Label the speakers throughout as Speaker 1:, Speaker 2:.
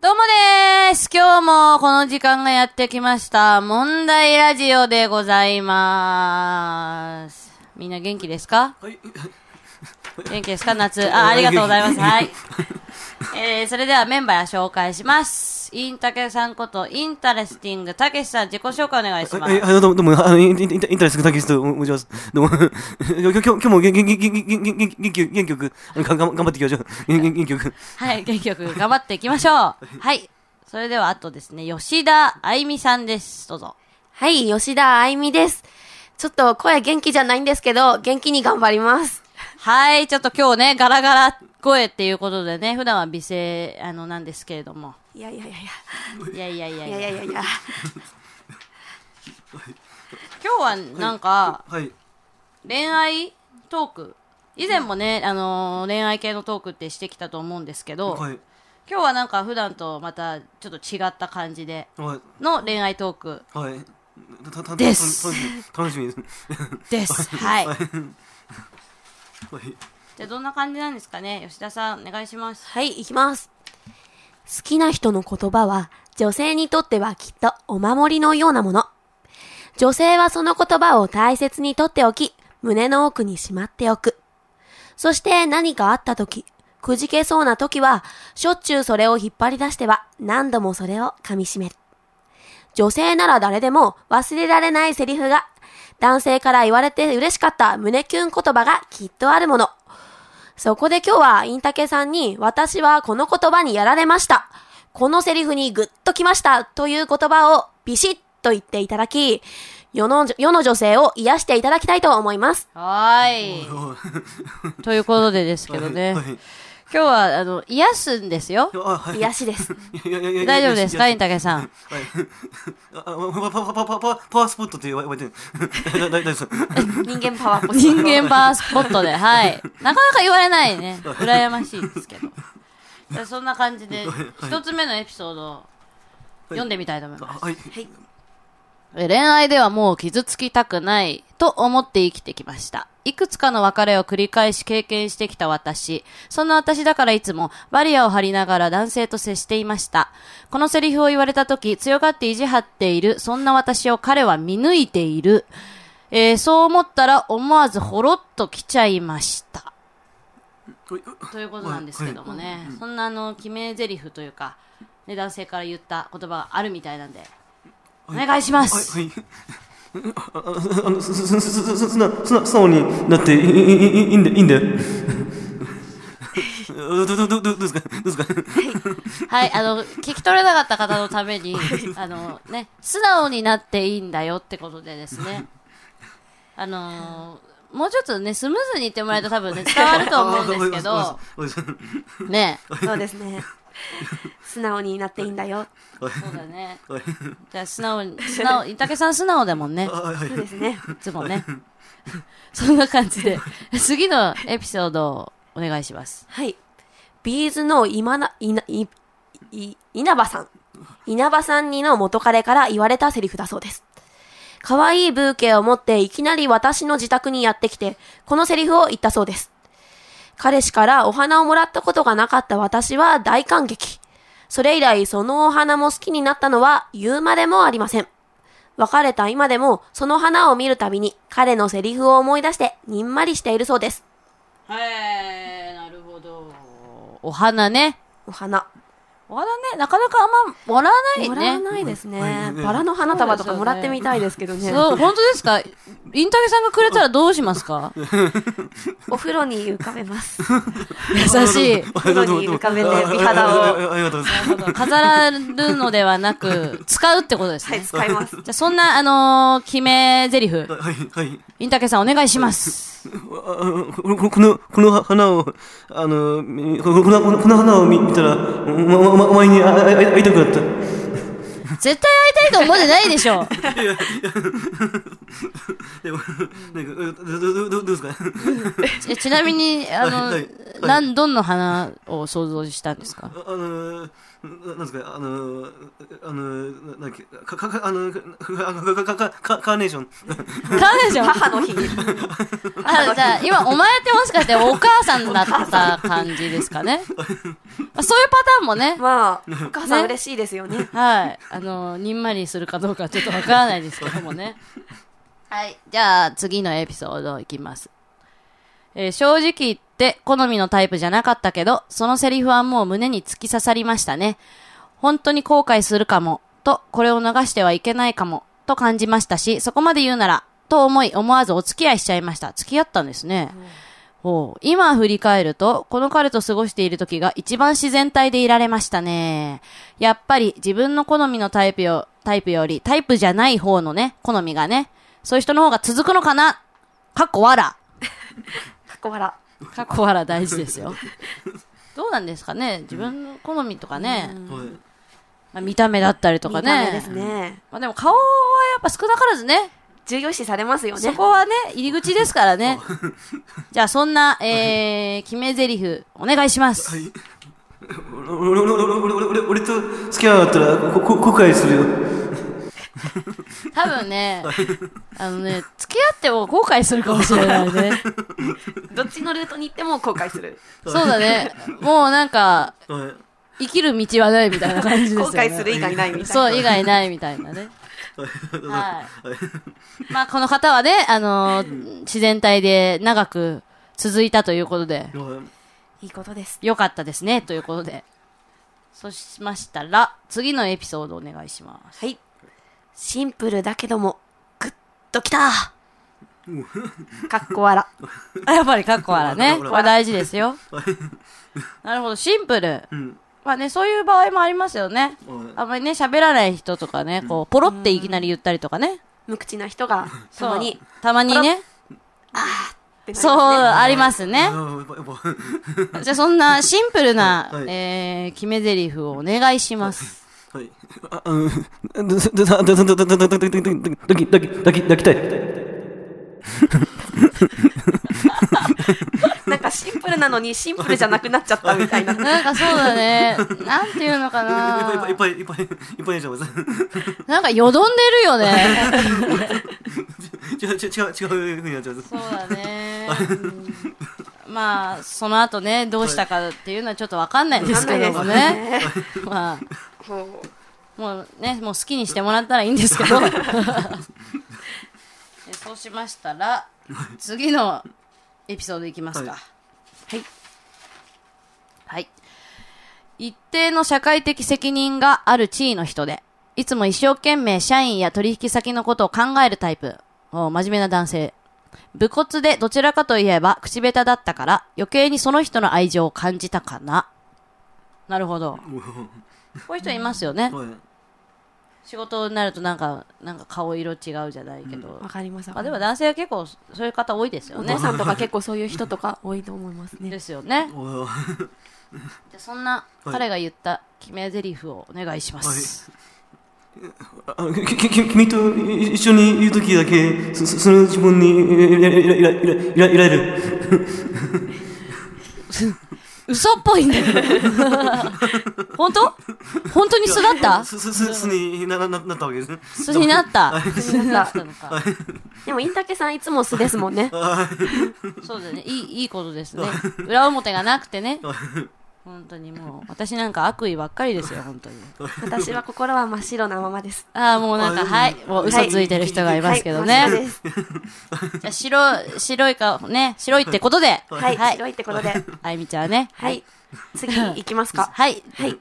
Speaker 1: どうもでーす今日もこの時間がやってきました。問題ラジオでございまーす。みんな元気ですか
Speaker 2: はい。
Speaker 1: 元気ですか夏。あ、ありがとうございます。はい。 えー、それではメンバー紹介します。インタケさんこと、インタレスティング、たけしさん自己紹介お願いしま
Speaker 2: はい、
Speaker 1: す。
Speaker 2: はい、どうも、どうも、あの、インインインインタレスだけですと、おお願いします。どうも、今日、今日今日も元気、元気、元気、元気、元気、元気よく、あの、がんがん頑張っていきましょう。元気元気よく。
Speaker 1: はい、元気よく頑張っていきましょう。はい。それではあとですね、吉田あいみさんです。どうぞ。
Speaker 3: はい、吉田あいみです。ちょっと声元気じゃないんですけど、元気に頑張ります。
Speaker 1: はい、ちょっと今日ね、ガラガラ声っていうことでね、普段は美声、あの、なんですけれども。
Speaker 3: いやいやいやい
Speaker 1: いやいやいや
Speaker 3: や、
Speaker 1: い
Speaker 3: い
Speaker 1: や
Speaker 3: やいやいやいや、
Speaker 1: 今日はなんか、
Speaker 2: はい。
Speaker 1: 恋愛トーク。以前もね、あのー恋愛系のトークってしてきたと思うんですけど、
Speaker 2: はい。
Speaker 1: 今日はなんか普段とまたちょっと違った感じで
Speaker 2: はい。
Speaker 1: の恋愛トーク
Speaker 2: はい。たたた
Speaker 1: です
Speaker 2: た楽しみ楽しみ
Speaker 1: で
Speaker 2: です。
Speaker 1: す。はい。
Speaker 2: はい。
Speaker 1: じゃあどんな感じなんですかね吉田さん、お願いします。
Speaker 3: はい、行きます。好きな人の言葉は、女性にとってはきっとお守りのようなもの。女性はその言葉を大切にとっておき、胸の奥にしまっておく。そして何かあった時、くじけそうな時は、しょっちゅうそれを引っ張り出しては、何度もそれを噛み締める。女性なら誰でも忘れられないセリフが、男性から言われて嬉しかった胸キュン言葉がきっとあるもの。そこで今日はインタケさんに私はこの言葉にやられました。このセリフにグッときましたという言葉をビシッと言っていただき、世の世の女性を癒していただきたいと思います。
Speaker 1: はーい。
Speaker 2: はい
Speaker 1: ということでですけどね。
Speaker 2: はい。
Speaker 1: 今日は、あの、癒すんですよ。
Speaker 2: あはい
Speaker 3: 癒 しです。
Speaker 2: いやいやいやいや
Speaker 1: 大丈夫ですかインタケさ
Speaker 2: は
Speaker 1: ん
Speaker 2: い。ああパパパパパパワースポットって言われてる。大大丈夫です。
Speaker 3: 人間パワーポジ
Speaker 1: 人間バースポットで、はい。なかなか言われないね。羨ましいですけど。じ ゃあそんな感じで、一つ目のエピソードを読んでみたいと思い
Speaker 2: あ
Speaker 1: ます。
Speaker 2: はい。
Speaker 1: え恋愛ではもう傷つきたくないと思って生きてきました。いくつかの別れを繰り返し経験してきた私。そんな私だからいつもバリアを張りながら男性と接していました。このセリフを言われた時、強がって意地張っている、そんな私を彼は見抜いている。えーそう思ったら思わずほろっと来ちゃいました。ということなんですけどもね、そんなあの、決め台詞というか、ね、男性から言った言葉があるみたいなんで、お願いします。
Speaker 2: はいはい。あの、す、す、す、す、すな、すな、素直になっていい、いい、いいんだ、いいんだよ。ど、ど、ど、ど、どうですかどうですか
Speaker 1: はい、あの、聞き取れなかった方のため に、あの、ね、素直になっていいんだよってことでですね。あのーもうちょっとね、スムーズに言ってもらえると多分ね、伝わると思うんで すけど、ね、
Speaker 3: そうですね。素直になっていいんだよ。
Speaker 1: そうだね。じゃあ、素直に、素直、イタケさん素直だもんね、
Speaker 3: そうですね。
Speaker 1: いつもね。 そんな感じで、次のエピソードをお願いします。
Speaker 3: はい。ビーズの今な、いな、い、い、稲葉さん。稲葉さんにの元彼から言われたセリフだそうです。可愛いブーケを持っていきなり私の自宅にやってきて、このセリフを言ったそうです。彼氏からお花をもらったことがなかった私は大感激。それ以来そのお花も好きになったのは言うまでもありません。別れた今でもその花を見るたびに彼のセリフを思い出してにんまりしているそうです。
Speaker 1: はい、なるほど。お花ね。
Speaker 3: お花。
Speaker 1: お花ね、なかなかあんまもらわないね。
Speaker 3: もらわないですね。
Speaker 2: はい
Speaker 3: バラの花束とかもらってみたいですけどね。
Speaker 1: そう、本当ですかインタビューさんがくれたらどうしますか
Speaker 3: お風呂に浮かべます。
Speaker 1: 優しい。
Speaker 2: ありがとうございます。
Speaker 1: 飾らるのではな く、使うってことです
Speaker 3: は
Speaker 1: ね。
Speaker 3: い、
Speaker 1: じ
Speaker 3: 使い ます。
Speaker 1: ゃあ、そんな、あのー決め台詞、
Speaker 2: はい、はい。
Speaker 1: インタケさんお願いし ます。
Speaker 2: この、この花を、あの、この、この花を見たら、お前に会いたくなった。
Speaker 1: 絶対会いたいと思ってないでしょ。
Speaker 2: でも、なんか、うどどどどどうですか
Speaker 1: ちちなみに、あの、
Speaker 2: はい
Speaker 1: なん、どんな花を想像したんです か
Speaker 2: ああのー、ななんですか、あのー、あのー、ななんだっけ、か、か、か、あのー、か、か、か、か、か、カーネーション。
Speaker 1: カーネーション
Speaker 3: 母の日。
Speaker 1: あ、じゃあ、今、お前ってもしかしてお母さんだった感じですか ね。そういうパターンもね、
Speaker 3: まあ、お母さん
Speaker 1: ね
Speaker 3: 嬉しいですよね。
Speaker 1: はい。あの、にんまりするかどうかちょっとわからないですけどもね。はい。じゃあ、次のエピソードいきます。えー正直言って、好みのタイプじゃなかったけど、そのセリフはもう胸に突き刺さりましたね。本当に後悔するかも、と、これを流してはいけないかも、と感じましたし、そこまで言うなら、と思い、思わずお付き合いしちゃいました。付き合ったんですね。ほう今振り返ると、この彼と過ごしている時が一番自然体でいられましたね。やっぱり自分の好みのタイプよ、タイプより、タイプじゃない方のね、好みがね、そういう人の方が続くのかなかっこわら。
Speaker 3: かっこ笑。
Speaker 1: かっこわら大事ですよ。 どうなんですかね自分の好みとかね、
Speaker 2: はい。
Speaker 1: まあ見た目だったりと
Speaker 3: 見
Speaker 1: か
Speaker 3: た
Speaker 1: ね。
Speaker 3: 目ですね。
Speaker 1: まあでも顔はやっぱ少なからずね、
Speaker 3: 重要視されますよね。
Speaker 1: そこはね、入り口ですからね。じゃあそんな、えー、決め台詞お願いします。
Speaker 2: 俺、俺、俺、俺、俺、俺、俺と付き合わなかったら、こ、こ、後悔するよ。
Speaker 1: 多分ね、あのね、付き合っても後悔するかもしれ ないね。
Speaker 3: どっちのルートに行っても後悔する。
Speaker 1: そうだね。もうなんか、
Speaker 2: はい。
Speaker 1: 生きる道はないみたいな感じですよ、ね。
Speaker 3: 後悔する以外ないみたいな。
Speaker 1: そう、以外ないみたいなね。は
Speaker 2: はい。
Speaker 1: い。まあ、この方はね、あのー自然体で長く続いたということで、
Speaker 2: はい
Speaker 3: いいことです。
Speaker 1: 良かったですね、ということで。そうしましたら、次のエピソードお願いします。
Speaker 3: はい。シンプルだけども、グッときたかっこ笑。
Speaker 1: あやっぱりカッコアラね。
Speaker 2: ほ
Speaker 1: こ
Speaker 2: らほら
Speaker 1: れは大事ですよ。
Speaker 2: はい。
Speaker 1: なるほど、シンプル。
Speaker 2: うん。
Speaker 1: まあね、そういう場合もありますよね。
Speaker 2: は
Speaker 1: あんまりね、喋らない人とかね、こう、ポロっていきなり言ったりとかね。
Speaker 3: 無口な人が、たま
Speaker 1: そ
Speaker 3: に
Speaker 1: う、。たまにね。
Speaker 3: ってなりますね
Speaker 1: そう、あります
Speaker 2: い。
Speaker 1: ね。
Speaker 2: あやっぱ、やっぱ、
Speaker 1: じゃあ、そんなシンプルな、
Speaker 2: はい
Speaker 1: えー、決め台詞をお願いします。
Speaker 2: はい。あ、うん。だ、だ、だ、だ、だ、だ、だ、だ、だ、だ、だ、だ、だ、だ、抱きたい。
Speaker 3: なんかシンプルなのにシンプルじゃなくなっちゃったみたいな。
Speaker 1: なんかそうだね。なんていうのかな。
Speaker 2: いっぱい、いっぱい、いっぱい、いっぱい、いっぱい、いっぱい、いっぱい、いっぱい、いっぱい、いっぱい、いっぱい、
Speaker 1: なんかよどんでるよね。
Speaker 2: 違う、違う、違う、違う、ふうになっちゃう。
Speaker 1: そうだ ね。うんまあ、その後ね、どうしたかっていうのはちょっとわかんないですけどもね。まあ、
Speaker 3: も
Speaker 1: もうね、もう好きにしてもらったらいいんですけど。 えそうしましたら、次のエピソードいきますか。
Speaker 2: は
Speaker 1: はい。はい。一定の社会的責任がある地位の人で、いつも一生懸命社員や取引先のことを考えるタイプ。お真面目な男性。武骨でどちらかといえば口下手だったから、余計にその人の愛情を感じたかな。なるほど。こういう人いますよね。
Speaker 2: はい。
Speaker 1: 仕事になるとなんかなんか顔色違うじゃないけど、
Speaker 3: うわかります。
Speaker 1: あでも男性は結構そういう方多いですよ
Speaker 3: お
Speaker 1: ね
Speaker 3: 父。さんとか結構そういう人とか多いと思います
Speaker 1: で
Speaker 3: ね。
Speaker 1: すよね。
Speaker 2: お
Speaker 1: じゃあそんな
Speaker 2: はい
Speaker 1: 彼が言った決め台詞をお願いします。
Speaker 2: ああのききき君と一緒にいるときだけ、そそその自分にイライライライライライライラる。
Speaker 1: 嘘っぽいんだけど。本当本当に素だった
Speaker 2: すすすすにななななったわけですね。
Speaker 1: 素になった。
Speaker 2: はい
Speaker 1: 素になったのか。
Speaker 3: でも、インタケさんいつも素ですもんね。
Speaker 1: そうだよね。いい、いいことですね。裏表がなくてね。本当にもう、私なんか悪意ばっかりですよ、本当に。
Speaker 3: 私は心は真っ白なままです。
Speaker 1: ああ、もうなんか、はい。もう嘘ついてる人がいますけどね。
Speaker 3: はい、真っ白です。
Speaker 1: じゃあ白、白いか、ね、白いってことで。
Speaker 3: はい、白いってことで。
Speaker 1: あゆみちゃんはね。
Speaker 3: はい。次、行きますか。
Speaker 1: はい。
Speaker 3: はい。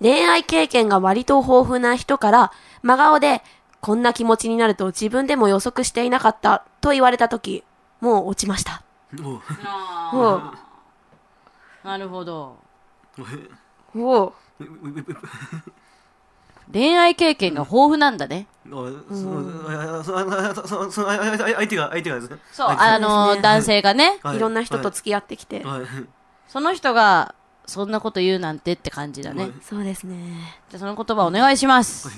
Speaker 3: 恋愛経験が割と豊富な人から、真顔で、こんな気持ちになると自分でも予測していなかったと言われたとき、もう落ちました。
Speaker 2: おう
Speaker 3: おう
Speaker 1: なるほど。
Speaker 3: おう
Speaker 2: うううう
Speaker 1: 恋愛経験が豊富なんだね。
Speaker 2: おうそうああそああそそそあああ相手が相手がですね。
Speaker 1: そう、
Speaker 2: はい
Speaker 1: あの、
Speaker 3: そうですね
Speaker 1: 男性がね、
Speaker 2: はい
Speaker 3: ろんな人と付き合ってきて。
Speaker 2: はいはい
Speaker 1: その人が、そんなこと言うなんてって感じだね。
Speaker 2: はい
Speaker 1: じ
Speaker 3: そうですね。
Speaker 1: ゃあその言葉お願いします。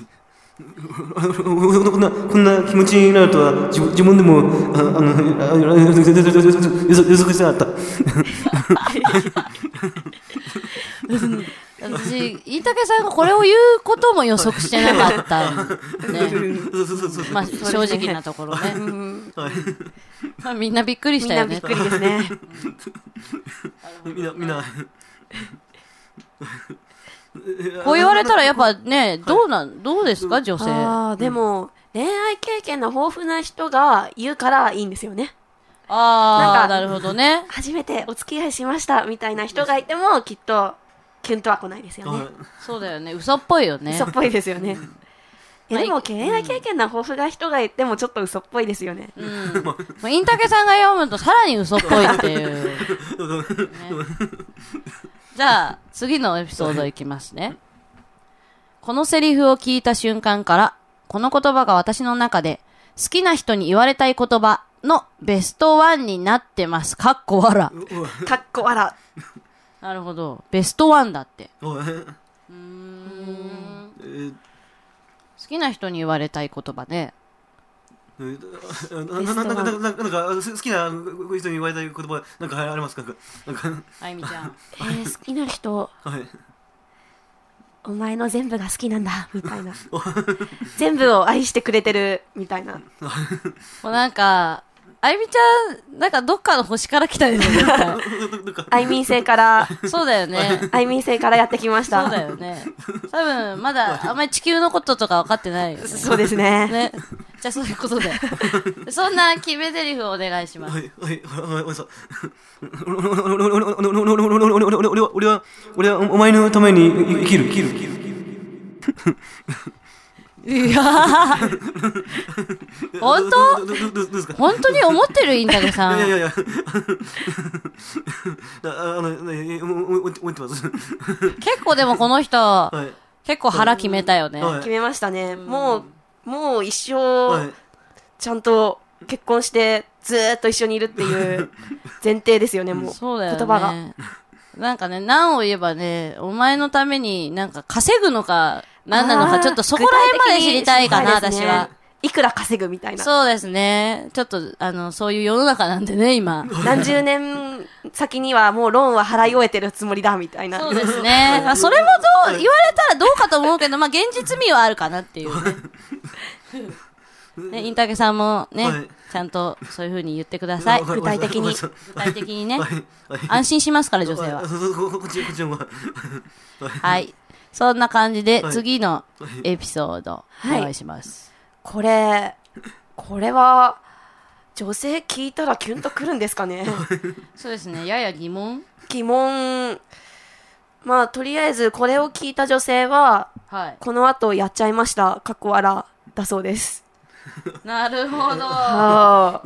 Speaker 2: こんな、こんな気持ちになるとは、自分自分でも、ああの、ああ予測予測してなかった。
Speaker 1: 私、インタケさんがこれを言うことも予測してなかった んで、ね、
Speaker 2: そうそうそうそう。
Speaker 1: まあ正直なところね。
Speaker 2: はい
Speaker 1: まあみんなびっくりし
Speaker 3: みん
Speaker 1: た
Speaker 3: な
Speaker 1: よね
Speaker 3: びっく。りですね。
Speaker 2: みんな、みんな。
Speaker 1: こう言われたらやっぱね、どうなん、どうですか女性。あ
Speaker 3: ああ、でも、恋愛経験の豊富な人が言うからいいんですよね。
Speaker 1: あ
Speaker 3: な
Speaker 1: ー、
Speaker 3: んか
Speaker 1: なるほどね。
Speaker 3: 初めてお付き合いしましたみたいな人がいても、きっと、キュンとは来ないですよね。
Speaker 1: そうだよね。嘘っぽいよね
Speaker 3: 嘘。っぽいですよね。いや、で
Speaker 1: は
Speaker 3: も、
Speaker 1: い
Speaker 3: 恋愛経験の豊富な人がいても、ちょっと嘘っぽいですよね。
Speaker 1: うん。もうインタケさんが読むとさらに嘘っぽいっていう。 ねじゃあ、次のエピソードいきますね。このセリフを聞いた瞬間から、この言葉が私の中で、好きな人に言われたい言葉のベストワンになってます。かっこわら。
Speaker 3: かっこわら。
Speaker 1: なるほど。ベストワンだって。
Speaker 2: おいえー
Speaker 1: 好きな人に言われたい言葉ね。
Speaker 2: ななななんかなんかなんか好きなご人に言われたい言葉なんかありますかなんかなんか
Speaker 1: あゆみちゃん。
Speaker 3: えー、好きな人、
Speaker 2: はい
Speaker 3: お前の全部が好きなんだ、みたいな。 全部を愛してくれてる、みたいな。
Speaker 1: もうなんか、あゆみちゃん、なんかどっかの星から来た よね、絶対
Speaker 3: あいみん星から、
Speaker 1: そうだよね。
Speaker 3: あいみん星からやってきまし た。
Speaker 1: そうだよね。多分、ま だ、あんまり地球のこととか分かってないよね。
Speaker 3: そうですね。
Speaker 1: ね。じゃあ、そういうこと で。そんな決め台詞をお願いします。
Speaker 2: はいはいはいはいさ俺は俺は俺はお前のために生きる生きる生きる
Speaker 1: いや ー本当
Speaker 2: どうですか
Speaker 1: 本当に思ってるインタビューさ
Speaker 2: いやいや
Speaker 1: ん。
Speaker 2: いやあの思ってます
Speaker 1: 結構でもこの人、
Speaker 2: はい
Speaker 1: 結構腹決めたよね。
Speaker 2: はい
Speaker 3: 決めましたね。もう、もう一
Speaker 2: は
Speaker 3: 生
Speaker 2: い、
Speaker 3: ちゃんと結婚して、ずーっと一緒にいるっ ていう前提ですよね、もう。
Speaker 1: そうだよね。
Speaker 3: 言葉が。
Speaker 1: なんかね、何を言えばね、お前のためになんか稼ぐのか、何なの
Speaker 3: あ
Speaker 1: か、
Speaker 3: ー
Speaker 1: ちょっとそこら辺まで知りたいかな、
Speaker 3: 具体的
Speaker 1: 私
Speaker 3: に知りたい
Speaker 1: は
Speaker 3: ですね。いくら稼ぐみたいな。
Speaker 1: そうですね。ちょっと、あの、そういう世の中なんでね、今。
Speaker 3: 何十年先にはもうローンは払い終えてるつもりだ、みたいな。
Speaker 1: そうです ね。あそれもどう、言われたらどうかと思うけど、まあ、現実味はあるかなっていうね。ね、インタケさんもね、
Speaker 2: はい
Speaker 1: ちゃんとそういうふうに言ってください。具
Speaker 3: 具体的に
Speaker 1: 体的にね
Speaker 2: は。いはい
Speaker 1: 安心しますから、女性は。
Speaker 2: こっちこっちも
Speaker 1: はい。そんな感じで、
Speaker 2: はい
Speaker 1: 次のエピソード、お願いします。
Speaker 3: これ、これは、女性聞いたらキュンとくるんですかね
Speaker 1: そうですね。やや疑問
Speaker 3: 疑問。まあ、とりあえず、これを聞いた女性は、
Speaker 1: はい。
Speaker 3: この後やっちゃいました、かっこわら、だそうです。
Speaker 1: なるほど。じゃあ、
Speaker 3: あ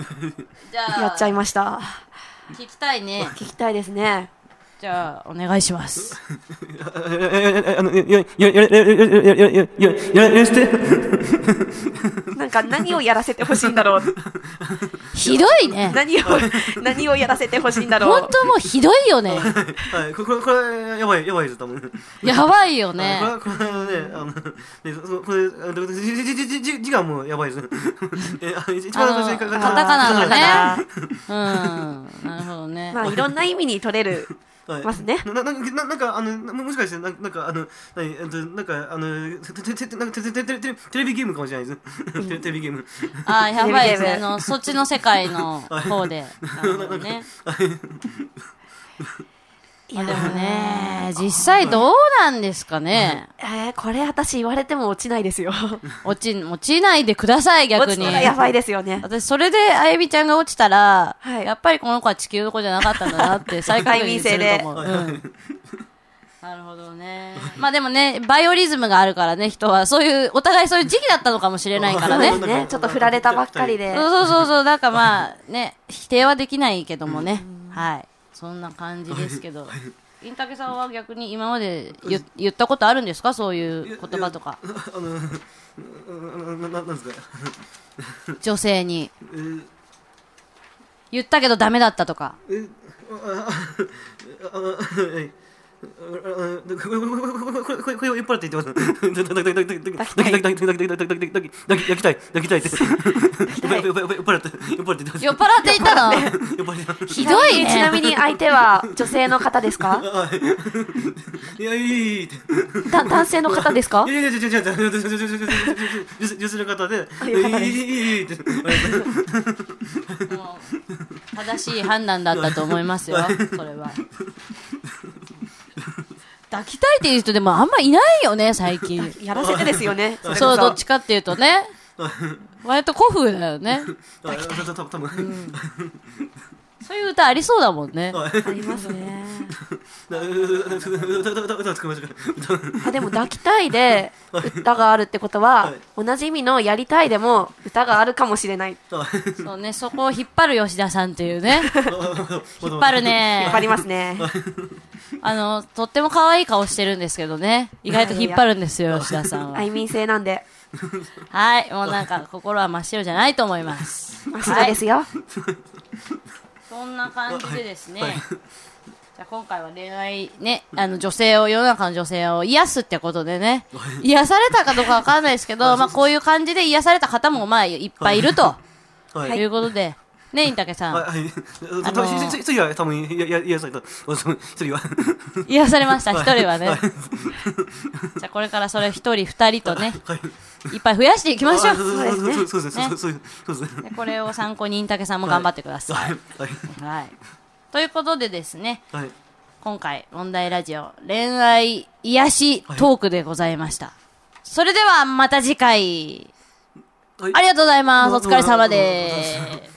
Speaker 3: あ、やっちゃいました。
Speaker 1: 聞きたいね。
Speaker 3: 聞きたいですね。
Speaker 1: じゃあ、お願いします。
Speaker 2: あの、や、や、や、や、や、や、や、や、や、や、して。
Speaker 3: なんか何をやらせてほしいんだ ろう。
Speaker 1: ひどいね。
Speaker 3: 何を、何をやらせてほしいんだろ
Speaker 1: 本
Speaker 3: う。
Speaker 1: 当もうひどいよね。
Speaker 2: はい、これ、これ、やばい、やばいです、多分。こ
Speaker 1: やばいよね。
Speaker 2: れ、これね、あの、ね、これ、じ、じ、じ、じ、じ、字がもうやばいです。え、一番最初に
Speaker 1: カタカナがね
Speaker 3: だか
Speaker 1: うん。なるほどね
Speaker 3: ら。まあ、いろんな意味に取れる。ますね
Speaker 2: な、な、な、なんか、あの、もしかして、なんか、あの、なに、えっと、なんか、あの、て、て、て、なんか、て、て、て、て、テレビゲームかもしれないです。テレビゲーム。
Speaker 1: あーやばいですね。
Speaker 3: テ
Speaker 1: あ
Speaker 3: レビ
Speaker 1: の、そっちの世界の方で。なるほどね。
Speaker 3: いや
Speaker 1: でも
Speaker 3: ー
Speaker 1: ね、実際どうなんですかね。
Speaker 3: えーこれ私言われても落ちないですよ。
Speaker 1: 落ち、落ちないでください、逆
Speaker 3: 落ち
Speaker 1: に
Speaker 3: た。らやばいですよね。
Speaker 1: 私、それで、あゆみちゃんが落ちたら、
Speaker 3: はい
Speaker 1: やっぱりこの子は地球の子じゃなかったんだなって、再確認すると思う。
Speaker 2: は
Speaker 1: う
Speaker 2: いはい
Speaker 1: んなるほどね。まあでもね、バイオリズムがあるからね、人は。そういう、お互いそういう時期だったのかもしれないからね
Speaker 3: そう。ですね。ちょっと振られたばっかりで。
Speaker 1: そうそうそうそう、なんかまあね、否定はできないけどもね、はい、そんな感じですけど、インタケさんは逆に今まで言言ったことあるんですか、そういう言葉とか、
Speaker 2: あの、な、な、なんですか。
Speaker 1: 女性に。言ったけどダメだったとか。
Speaker 2: え、あ、あ、あ、はい。これを酔っ払って言ってます。抱きたい、抱きたいって。酔っ払って、酔っ払って言ってます。
Speaker 1: 酔っ払っていたの
Speaker 2: 酔っ払って。
Speaker 1: ひどい
Speaker 3: ちな
Speaker 1: ね。
Speaker 3: みに相手は女性の方で すか
Speaker 2: いや、いいって。
Speaker 3: た男性の方ですか
Speaker 2: いやいやいやいやいやいやいやいやいやいやいやいや女性の方で、いいいいって。
Speaker 1: もう正しい判断だったと思いますよ、それは。抱きたいっていう人でもあんまいないよね、最近。
Speaker 3: やらせてですよね。れこ
Speaker 1: そう、どっちかっていうとね。割と古風だよね。
Speaker 2: 多分
Speaker 1: そういう歌ありそうだもんね。
Speaker 3: ありますね。
Speaker 2: 歌
Speaker 3: あでも抱きたいで歌があるってことは、
Speaker 2: はい
Speaker 3: 同じ意味のやりたいでも歌があるかもしれない。
Speaker 1: そうね、そこを引っ張る吉田さんっていうね。 引っ張るね
Speaker 3: 引っ。張りますね。
Speaker 1: あの、とっても可愛い顔してるんですけどね。意外と引っ張るんですよ、吉田さんは
Speaker 3: あ。いみん性なんで、
Speaker 1: はい、もうなんか心は真っ白じゃないと思い ます。
Speaker 3: 真っ白ですよ。
Speaker 1: そんな感じでですね。じゃあ今回は恋愛ね、あの女性を、世の中の女性を癒すってことでね、癒されたかどうかわかんないですけど、まあこういう感じで癒された方もまあいっぱいいると
Speaker 2: はい
Speaker 1: いうことで、ね、インタケさん、
Speaker 2: はい、一人は多分いやいやいやされた。一人は。
Speaker 1: 癒されました、一人はね
Speaker 2: はい。
Speaker 1: じゃあこれからそれ一人、二人と ね、
Speaker 2: はい。
Speaker 1: いっぱい増やしていきましょう。
Speaker 2: そうそうそうそうそうそうそう
Speaker 1: でこれを参考にインタケさんも頑張ってください。
Speaker 2: はい
Speaker 1: はい。ということでですね、
Speaker 2: はい
Speaker 1: 今回、問題ラジオ、恋愛癒しトークでございました。それでは、また次回。
Speaker 2: はい
Speaker 1: ありがとうございます。
Speaker 2: ど
Speaker 1: お
Speaker 2: うも
Speaker 1: 疲れ様
Speaker 2: どうもどうも
Speaker 1: です。